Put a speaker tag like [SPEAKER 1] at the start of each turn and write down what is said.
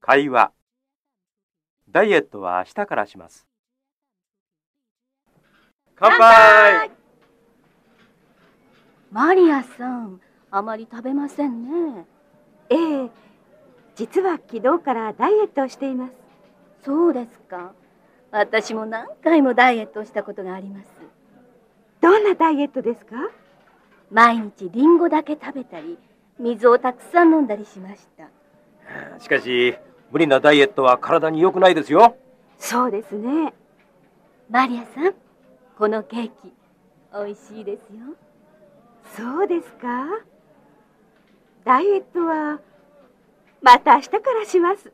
[SPEAKER 1] 会話ダイエットは明日からします乾杯
[SPEAKER 2] マリアさん、あまり食べませんね。
[SPEAKER 3] ええ、実は昨日からダイエットをしています。
[SPEAKER 2] そうですか。私も何回もダイエットをしたことがあります。
[SPEAKER 3] どんなダイエットですか
[SPEAKER 2] 毎日リンゴだけ食べたり、水をたくさん飲んだりしました。
[SPEAKER 1] しかし無理なダイエットは体に良くないですよ
[SPEAKER 3] そうですね。
[SPEAKER 2] マリアさん、このケーキ、美味しいですよ。
[SPEAKER 3] そうですかダイエットは、また明日からします。